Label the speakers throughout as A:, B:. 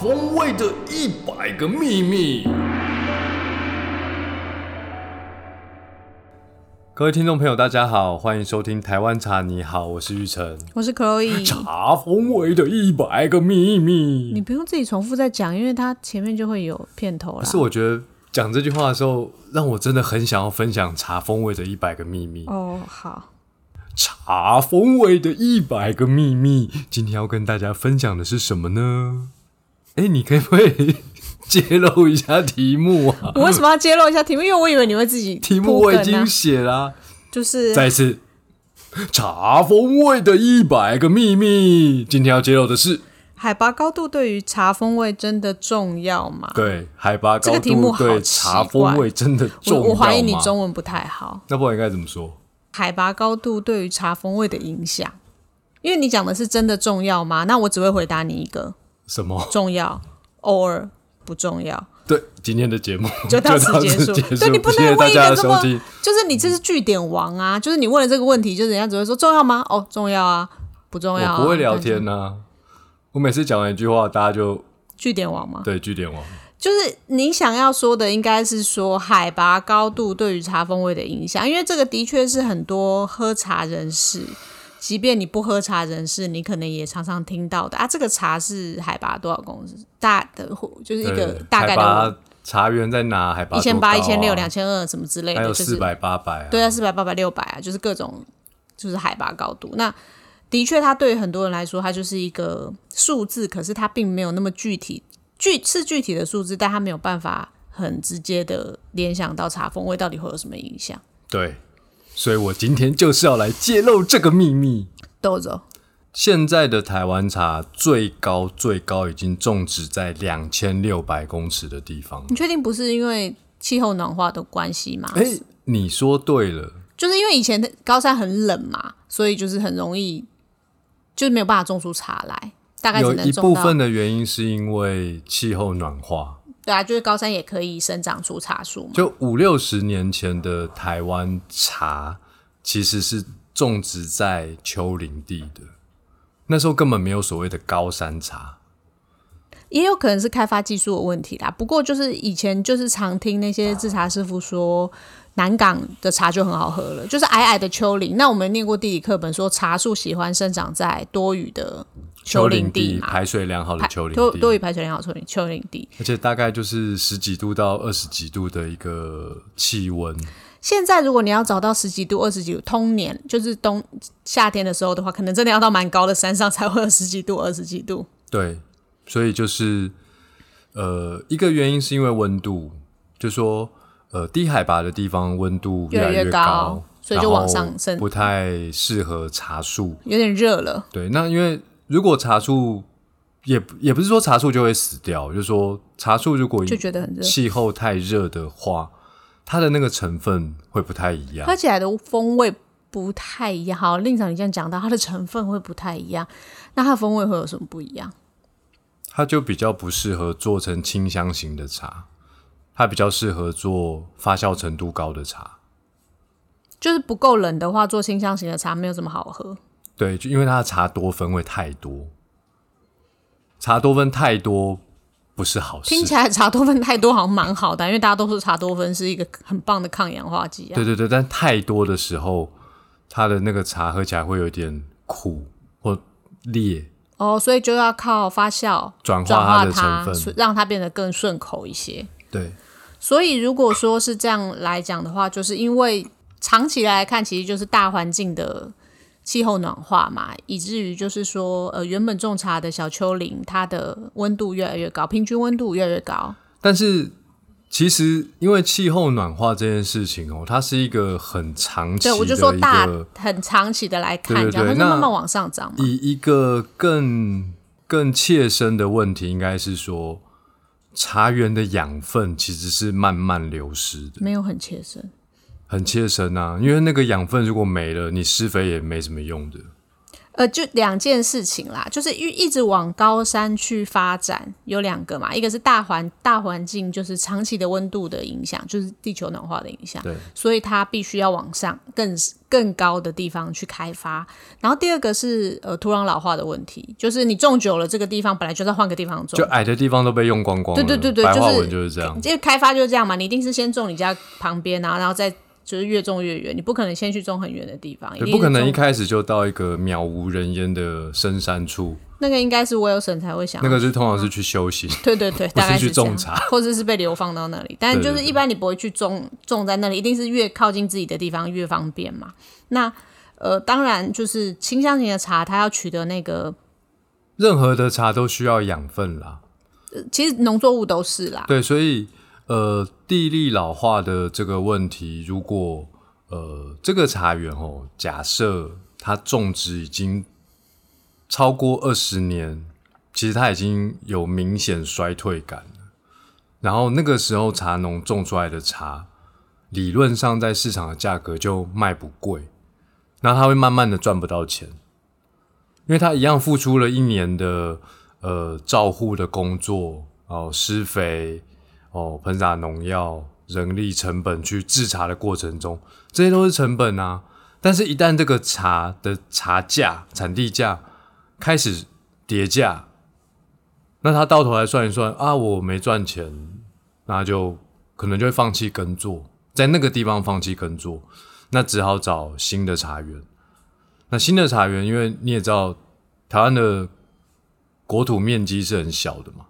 A: 风味的一百个秘密。
B: 各位听众朋友，大家好，欢迎收听《台湾茶你好》，我是玉成。
C: 我是 Chloe，
A: 茶风味的一百个秘密。
C: 你不用自己重复再讲，因为它前面就会有片头
B: 可
C: 啦
B: 是。我觉得讲这句话的时候，让我真的很想要分享茶风味的一百个秘密。
C: 哦，好，
B: 茶风味的一百个秘密，今天要跟大家分享的是什么呢？哎，你可不可以 揭露一下题目啊？
C: 我为什么要揭露一下题目？因为我以为你会自己
B: 题目
C: 铺
B: 我
C: 梗
B: 已
C: 啊
B: 经写啦、
C: 就是
B: 再一次，茶风味的一百个秘密，今天要揭露的是
C: 海拔高度对于茶风味真的重要吗？
B: 对海拔
C: 这
B: 高
C: 个题目
B: 度
C: 好
B: 对
C: 奇
B: 茶风味真的重
C: 我
B: 要
C: 我怀疑你
B: 吗
C: 中文不太好。
B: 那不然应该怎么说？
C: 海拔高度对于茶风味的影响，因为你讲的是真的重要吗？那我只会回答你一个
B: 什么？
C: 重要，偶尔不重要。
B: 对，今天的节目
C: 就到此
B: 此
C: 结束。对你不
B: 谢谢
C: 能
B: 大
C: 问一
B: 家
C: 个
B: 的
C: 这
B: 收
C: 么
B: 听。，
C: 就是你这是据点王啊！就是你问了这个问题，就是人家只会说重要吗？哦，重要啊，不重要、啊。
B: 我不会聊
C: 但
B: 天
C: 是
B: 呐、我每次讲完一句话，大家就
C: 据点王吗？
B: 对据点王。
C: 就是你想要说的，应该是说海拔高度对于茶风味的影响，因为这个的确是很多喝茶人士。即便你不喝茶人士，你可能也常常听到的啊。这个茶是海拔多少公尺？大的就是一个
B: 对
C: 大
B: 海
C: 概的问
B: 拔茶园在哪？海拔
C: 一千
B: 多高啊
C: 八、一千六、两，千二什么之类
B: 还
C: 的，
B: 有
C: 就是
B: 四百、八百啊。
C: 对啊，四百、八百、六百啊，就是各种就是海拔高度。那的确，它对很多人来说，它就是一个数字，可是它并没有那么具体，具是具体的数字，但它没有办法很直接的联想到茶风味到底会有什么影响。
B: 对，所以我今天就是要来揭露这个秘密。
C: 豆子哦
B: 现在的台湾茶最高最高已经种植在两千六百公尺的地方。
C: 你确定不是因为气候暖化的关系吗？
B: 哎、你说对了，
C: 就是因为以前的高山很冷嘛，所以就是很容易就是没有办法种出茶来，大概只
B: 有
C: 能
B: 一
C: 种
B: 部
C: 到
B: 分的原因是因为气候暖化。
C: 对啊，就是高山也可以生长出茶树嘛。
B: 就五六十年前的台湾茶，其实是种植在丘陵地的，那时候根本没有所谓的高山茶。
C: 也有可能是开发技术的问题啦。不过就是以前就是常听那
B: 啊
C: 些制茶师傅说，南港的茶就很好喝了，就是矮矮的丘陵。那我们念过地理课本说，茶树喜欢生长在多雨的丘陵地嘛，
B: 排水良好的
C: 排
B: 丘陵
C: 多多
B: 地，
C: 雨排水良好的丘陵丘陵地。
B: 而且大概就是十几度到二十几度的一个气温。
C: 现在如果你要找到十几度、二十几度，通年就是冬夏天的时候的话，可能真的要到蛮高的山上才会有十几度、二十几度。
B: 对，所以就是呃，一个原因是因为温度，就说呃低海拔的地方温度
C: 越来
B: 来
C: 越
B: 高，
C: 高所以
B: 然
C: 就
B: 后
C: 往上升
B: 不太适合茶树。
C: 有点热了，
B: 对，那因为如果茶树也不也不是说茶树就会死掉，就是说茶树如果
C: 就觉得很热，
B: 气候太热的话，它的那个成分会不太一样
C: 喝。起来的风味不太一样。好，令长你这样讲到，它的成分会不太一样，那它的风味会有什么不一样？
B: 它就比较不适合做成清香型的茶，它比较适合做发酵程度高的茶。
C: 就是不够冷的话，做清香型的茶没有这么好喝。
B: 对，就因为它的茶多酚会太多，茶多酚太多不是好事。
C: 听起来茶多酚太多好像蛮好的啊，因为大家都说茶多酚是一个很棒的抗氧化剂啊
B: 对。对对，但太多的时候，它的那个茶喝起来会有点苦或烈，
C: 哦，所以就要靠发酵
B: 转
C: 转
B: 化它
C: 化
B: 的
C: 它
B: 成，分。
C: 让它变得更顺口一些。
B: 对，
C: 所以如果说是这样来讲的话，就是因为长期来看，其实就是大环境的气候暖化嘛，以至于就是说，呃，原本种茶的小丘陵，它的温度越来越高，平均温度越来越高。
B: 但是其实因为气候暖化这件事情哦，它是一个很长期
C: 对，
B: 的一
C: 我
B: 个
C: 就说大很长期的来看，
B: 对对
C: 这样它
B: 对
C: 就
B: 那
C: 慢慢往上涨嘛。
B: 以一个更更切身的问题，应该是说茶园的养分其实是慢慢流失的，
C: 没有很切身，
B: 很切身啊。因为那个养分如果没了，你施肥也没什么用的。
C: 呃，就两件事情啦，就是一一直往高山去发展，有两个嘛，一个是大环大环境，就是长期的温度的影响，就是地球暖化的影响，
B: 对，
C: 所以它必须要往上更更高的地方去开发。然后第二个是呃土壤老化的问题，就是你种久了这个地方本来就在换个地方种
B: 就，矮的地方都被用光光了。
C: 对对对对，
B: 白
C: 就
B: 话
C: 是
B: 文就是这样。
C: 因为开发就是这样嘛，你一定是先种你家旁边，啊然后然后再就是越种越远，你不可能先去种很远的地方，一
B: 对，
C: 定
B: 不可
C: 是
B: 能
C: 种
B: 一开始就到一个渺无人烟的深山处，
C: 那个应该是 Wilson 才会想
B: 那个是通常是去休息。
C: 对对对，大概
B: 去
C: 是这样
B: 种茶，
C: 或者是被流放到那里。但
B: 对对
C: 就是一般你不会去种种在那里，一定是越靠近自己的地方越方便嘛。那呃，当然就是清香型的茶，它要取得那个，
B: 任何的茶都需要养分啦，
C: 呃其实农作物都是啦。
B: 对，所以呃，地力老化的这个问题，如果呃这个茶园哦，假设它种植已经超过二十年，其实它已经有明显衰退感了。然后那个时候茶农种出来的茶，理论上在市场的价格就卖不贵，那他会慢慢的赚不到钱，因为他一样付出了一年的呃照护的工作，哦施肥，哦喷洒农药，人力成本去制茶的过程中，这些都是成本啊。但是，一旦这个茶的茶价、产地价开始叠价，那他到头来算一算啊，我没赚钱，那就可能就会放弃耕作，在那个地方放弃耕作，那只好找新的茶园。那新的茶园，因为你也知道，台湾的国土面积是很小的嘛，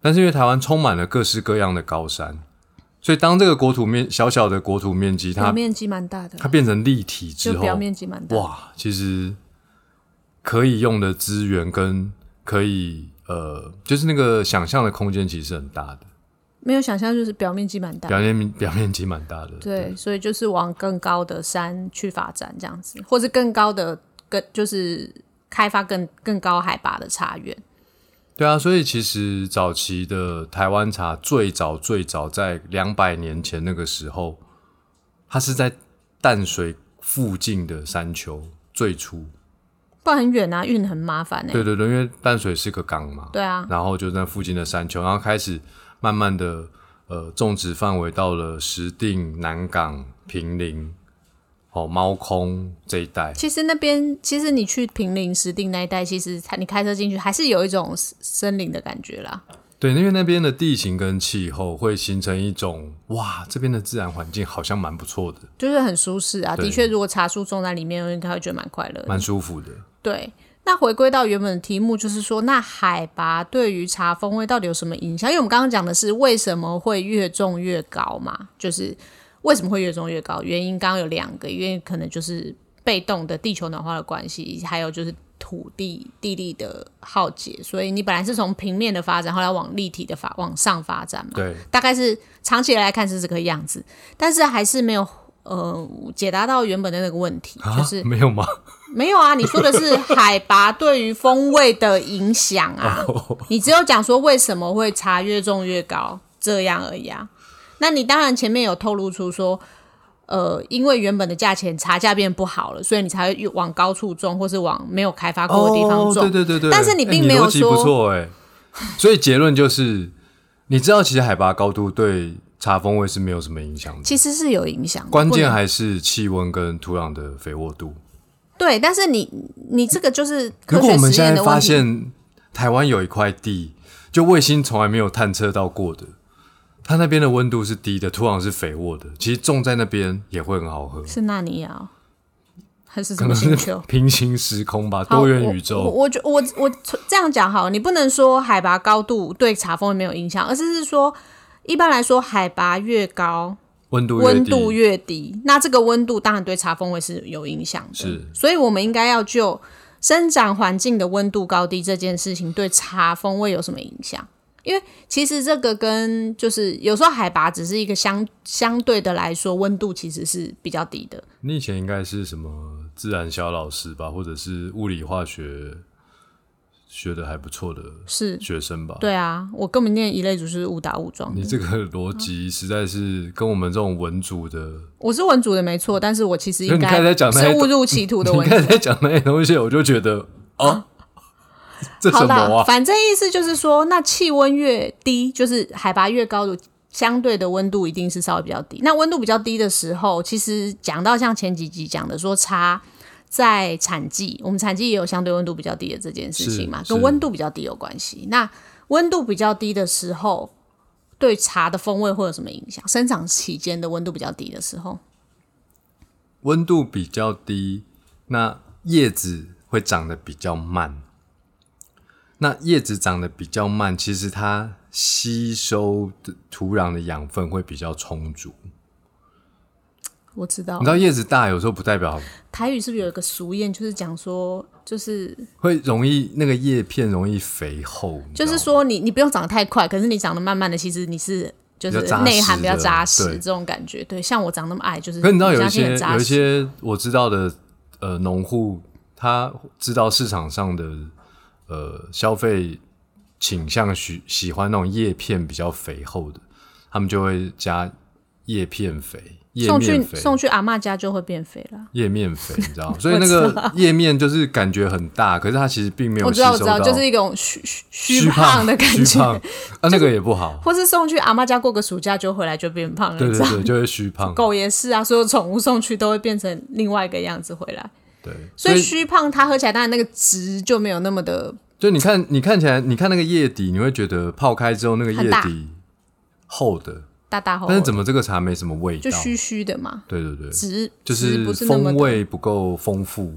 B: 但是因为台湾充满了各式各样的高山，所以当这个国土面小小的国土面积，它
C: 表面积蛮大的
B: 它，变成立体之
C: 就
B: 后，
C: 表面积蛮大。
B: 哇，其实可以用的资源跟可以呃，就是那个想象的空间其实是很大的，
C: 没有想象就是表面积蛮大。
B: 表面表面积蛮大的。
C: 对，所以就是往更高的山去发展这样子，或是更高的更就是开发更更高海拔的茶园。
B: 对啊，所以其实早期的台湾茶最早最早在两百年前那个时候，它是在淡水附近的山丘最初。
C: 不然很远啊，运很麻烦哎、
B: 对对对，因为淡水是个港嘛。
C: 对啊，
B: 然后就在附近的山丘，然后开始慢慢的呃种植范围到了石碇、南港、平林、哦猫空这一带。
C: 其实那边，其实你去平林石碇那一带，其实它你开车进去还是有一种森森林的感觉啦。
B: 对，因为那边的地形跟气候会形成一种哇，这边的自然环境好像蛮不错的，
C: 就是很舒适啊，
B: 对
C: 的确，如果茶树种在里面，我应该会觉得蛮快乐的。
B: 蛮舒服的。
C: 对，那回归到原本的题目，就是说，那海拔对于茶风味到底有什么影响？因为我们刚刚讲的是为什么会越种越高嘛，就是为什么会越种越高？原因刚刚有两个，因为可能就是被动的地球暖化的关系，还有就是土地地力的浩劫，所以你本来是从平面的发展，后来往立体的发往上发展嘛。
B: 对，
C: 大概是长期来看是这个样子，但是还是没有呃解答到原本的那个问题，
B: 啊
C: 就是
B: 没有吗？
C: 没有啊，你说的是海拔对于风味的影响 啊。
B: 哦
C: 你只有讲说为什么会茶越重越高这样而已啊。那你当然前面有透露出说，呃，因为原本的价钱茶价变不好了，所以你才会往高处种，或是往没有开发过的地方
B: 哦，
C: 种。
B: 对对对对。
C: 但是你
B: 你
C: 并没有
B: 逻辑
C: 说
B: 不错哎、所以结论就是，你知道其实海拔高度对茶风味是没有什么影响的，
C: 其实是有影响的，
B: 关
C: 不
B: 键
C: 能
B: 还是气温跟土壤的肥沃度。
C: 对。但是你你这个就是科
B: 如果我
C: 学
B: 们
C: 实
B: 现
C: 验
B: 在
C: 的
B: 发
C: 问题。
B: 现台湾有一块地，就卫星从来没有探测到过的，它那边的温度是低的，土壤是肥沃的，其实种在那边也会很好喝。
C: 是纳尼亚哦、还是什
B: 可
C: 么
B: 能
C: 星
B: 是
C: 球？
B: 平行时空吧，
C: 好
B: 多元宇
C: 我
B: 宙。
C: 我觉我我这样讲好了，你不能说海拔高度对茶风味没有影响，而是是说一般来说海拔越高，
B: 温度越
C: 温
B: 低
C: 度越低，那这个温度当然对茶风味是有影响的。
B: 是
C: 所以我们应该要就生长环境的温度高低这件事情对茶风味有什么影响？因为其实这个跟就是有时候海拔只是一个相相对的来说，温度其实是比较低的。
B: 你以前应该是什么自然小老师吧，或者是物理化学学的还不错的
C: 是，
B: 学生吧？，
C: 对啊，我根本念一类组是误打误撞
B: 你
C: 的。
B: 这个逻辑实在是跟我们这种文组的，
C: 我是文组的没错，但是我其实
B: 可
C: 应
B: 是你刚才
C: 该
B: 讲那
C: 是
B: 一
C: 误
B: 段
C: 入歧途的
B: 你
C: 文
B: 刚
C: 组。
B: 才讲那些东西，我就觉得啊，这
C: 好
B: 什么
C: 啦，
B: 啊？
C: 反正意思就是说，那气温越低，就是海拔越高的。相对的温度一定是稍微比较低。那温度比较低的时候，其实讲到像前几集讲的说差在产季，我们产季也有相对温度比较低的这件事情嘛，
B: 是
C: 跟温度比较低有关系。那温度比较低的时候，对茶的风味会有什么影响？生长期间的温度比较低的时候，
B: 温度比较低，那叶子会长得比较慢。那叶子长得比较慢，其实它吸收的土壤的养分会比较充足。
C: 我知道
B: 你知道叶子大有时候不代表
C: 台语是不是有一个俗谚，就是讲说，就是
B: 会容易那个叶片容易肥厚，你知
C: 就
B: 道吗
C: 是说你你不用长得太快，可是你长得慢慢的，其实你是就是
B: 比较扎实
C: 内涵比较扎实
B: 对
C: 这种感觉。对，像我长那么矮，就是
B: 可是你知道有
C: 家
B: 一
C: 庭
B: 些
C: 很扎
B: 有一
C: 实。
B: 些我知道的呃农户，他知道市场上的呃消费倾向喜喜欢那种叶片比较肥厚的，他们就会加叶片肥、叶
C: 送
B: 面
C: 去
B: 肥、
C: 送去阿嬷家就会变肥了。
B: 叶面肥，你知 道吗？所以那个 叶面就是感觉很大，可是它其实并没有
C: 我
B: 吸
C: 知
B: 收
C: 道，
B: 到
C: 我知道，就是一种虚虚
B: 虚
C: 胖的感
B: 虚胖
C: 觉，
B: 啊，那个也不好，
C: 或是送去阿嬷家过个暑假就回来就变胖了。
B: 对
C: 你
B: 对
C: 知道
B: 对，就会虚胖，
C: 狗也是啊，所有宠物送去都会变成另外一个样子回来。
B: 对，
C: 所以虚胖它喝起来当然那个值就没有那么的
B: 就你看，你看起来，你看那个叶底，你会觉得泡开之后那个叶
C: 很大
B: 底厚的，
C: 大大厚厚
B: 但
C: 的，
B: 是怎么这个茶没什么味道
C: 就？虚虚的嘛？
B: 对对对，
C: 值
B: 就
C: 值不是那么
B: 风
C: 的
B: 味不够丰富。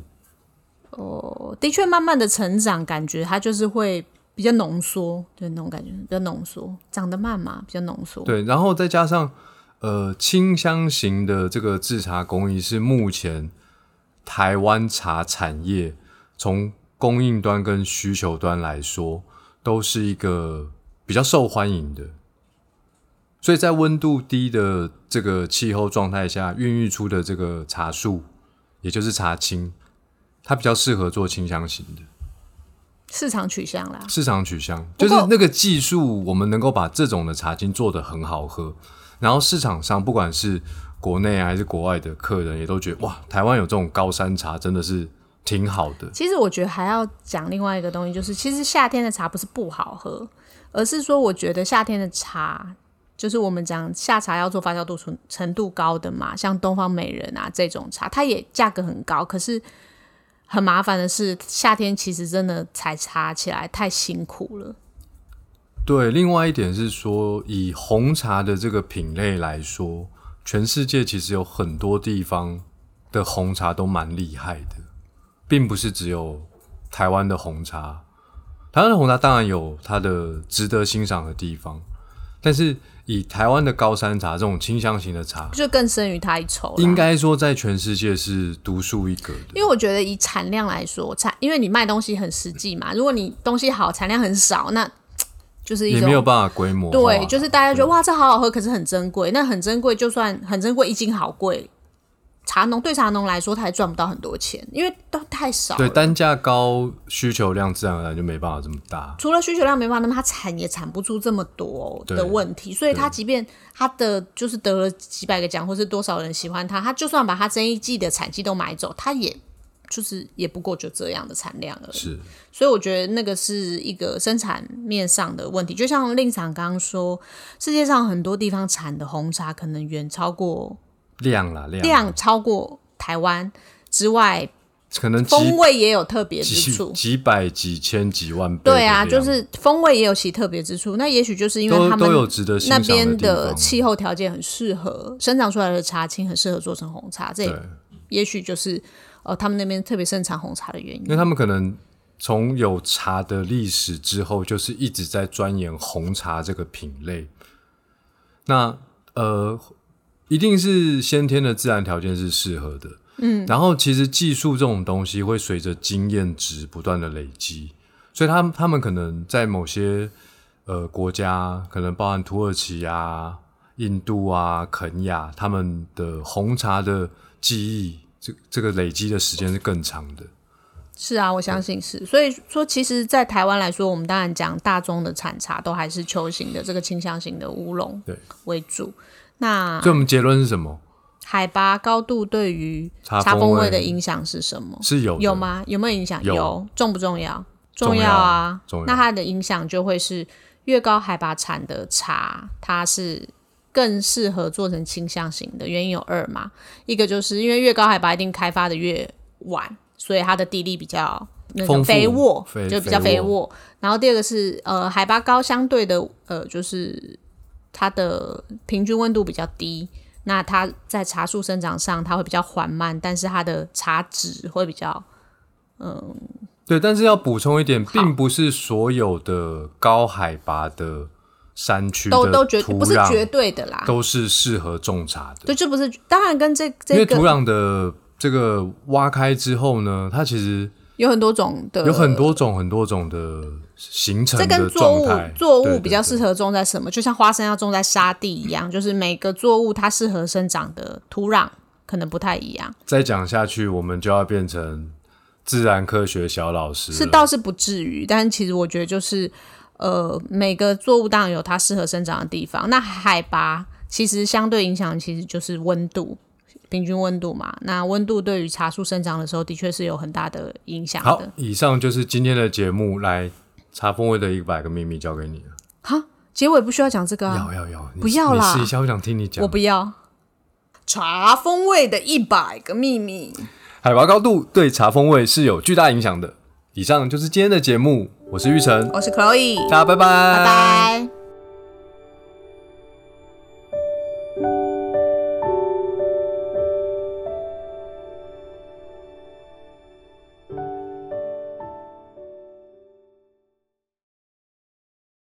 C: 的确，慢慢的成长，感觉它就是会比较浓缩，对那种感觉比较浓缩，长得慢嘛，比较浓缩。
B: 对，然后再加上呃清香型的这个制茶工艺是目前台湾茶产业从供应端跟需求端来说，都是一个比较受欢迎的。所以在温度低的这个气候状态下，孕育出的这个茶树，也就是茶青，它比较适合做清香型的
C: 市场取向啦，
B: 市场取向，
C: 不
B: 就是
C: 过
B: 那个技术，我们能够把这种的茶精做得很好喝，然后市场上不管是国内还是国外的客人，也都觉得哇，台湾有这种高山茶真的是挺好的。
C: 其实我觉得还要讲另外一个东西，就是其实夏天的茶不是不好喝，而是说我觉得夏天的茶，就是我们讲夏茶要做发酵度程程度高的嘛，像东方美人啊这种茶，它也价格很高，可是很麻烦的是，夏天其实真的采茶起来太辛苦了。
B: 对，另外一点是说，以红茶的这个品类来说，全世界其实有很多地方的红茶都蛮厉害的，并不是只有台湾的红茶。台湾的红茶当然有它的值得欣赏的地方，但是以台湾的高山茶这种清香型的茶，
C: 就更胜于它一筹啦。
B: 应该说在全世界是独树一格的。
C: 因为我觉得以产量来说，产因为你卖东西很实际嘛，如果你东西好，产量很少，那就是一
B: 也没有啊
C: 种。
B: 办法规模化
C: 对，就是大家觉得哇，这好好喝，可是很珍贵。那很珍贵，就算很珍贵，一斤好贵。茶农对茶农来说，他也赚不到很多钱，因为都太少
B: 对
C: 了。
B: 单价高，需求量自然而然就没办法这么大。
C: 除了需求量没办法，那么它产也产不出这么多
B: 对
C: 的问题，所以它即便它的就是得了几百个奖，或是多少人喜欢它，它就算把它这一季的产季都买走，它也就是也不过就这样的产量而已。
B: 是。
C: 所以我觉得那个是一个生产面上的问题，就像令厂刚刚说，世界上很多地方产的红茶可能远超过
B: 量啦量
C: 量超过台湾之外，
B: 可能几
C: 风味也有特别之
B: 几
C: 处。
B: 几百、几千、几万倍的量。
C: 对啊，就是风味也有其特别之处。那也许就是因为
B: 都
C: 他
B: 都有
C: 们
B: 值得欣
C: 那
B: 赏的
C: 边的
B: 地方
C: 气候条件很适合生长出来的茶青，很适合做成红茶。这
B: 对
C: 也，也许就是呃他们那边特别盛产红茶的原
B: 因为
C: 因。
B: 他们可能从有茶的历史之后，就是一直在钻研红茶这个品类。那呃，一定是先天的自然条件是适合的。嗯，然后其实技术这种东西会随着经验值不断的累积，所以他们他们可能在某些呃国家，可能包含土耳其啊、印度啊、肯亚，他们的红茶的记忆，这这个累积的时间是更长的。
C: 是啊，我相信是。所以说，其实，在台湾来说，我们当然讲大宗的产茶都还是球形的这个倾向型的乌龙
B: 对
C: 为主。那
B: 所以我们结论是什么？
C: 海拔高度对于
B: 茶
C: 茶
B: 风
C: 风味
B: 味
C: 的影响是什么？
B: 是有的
C: 有？吗？有没有影响？
B: 有
C: 重不重要？
B: 重要
C: 要啊。
B: 重要
C: 那它的影响就会是越高海拔产的茶，它是更适合做成倾向型的。原因有二嘛，一个就是因为越高海拔一定开发的越晚，所以它的地力比较。那种
B: 丰富
C: 肥沃
B: 肥
C: 就比较
B: 肥
C: 肥
B: 沃
C: 沃，然后第二个是呃海拔高相对的呃就是它的平均温度比较低，那它在茶树生长上它会比较缓慢，但是它的茶籽会比较
B: 对，但是要补充一点，并不是所有的高海拔的山区
C: 都
B: 的
C: 都绝
B: 土
C: 不是
B: 壤
C: 绝对的啦，
B: 都是适合种茶的，
C: 对，这不是当然跟这
B: 因为
C: 这
B: 土
C: 个
B: 壤的这个挖开之后呢，它其实
C: 有很多种的，
B: 有很多种很多种的形成
C: 这
B: 的
C: 跟作
B: 状
C: 物
B: 态，
C: 作
B: 对
C: 物比较适。
B: 对对
C: 合种在什么，就像花生要种在沙地一样，就是每个作物它适合生长的土壤可能不太一样，
B: 再讲下去，我们就要变成自然科学小老师了，
C: 是倒是不至于，但其实我觉得就是呃，每个作物当然有它适合生长的地方，那海拔其实相对影响其实就是温度。平均温度嘛，那温度对于茶树生长的时候，的确是有很大的影响
B: 好
C: 的。，
B: 以上就是今天的节目，来茶风味的一百个秘密交给你了。
C: 结尾不需要讲这个、啊，
B: 要要要，你
C: 不要啦
B: 你试一下，我想听你讲
C: 我。不要。茶风味的一百个秘密，
B: 海拔高度对茶风味是有巨大影响的。以上就是今天的节目，我是玉成，
C: 我是 Chloe，
B: 大家拜拜，
C: 拜。拜。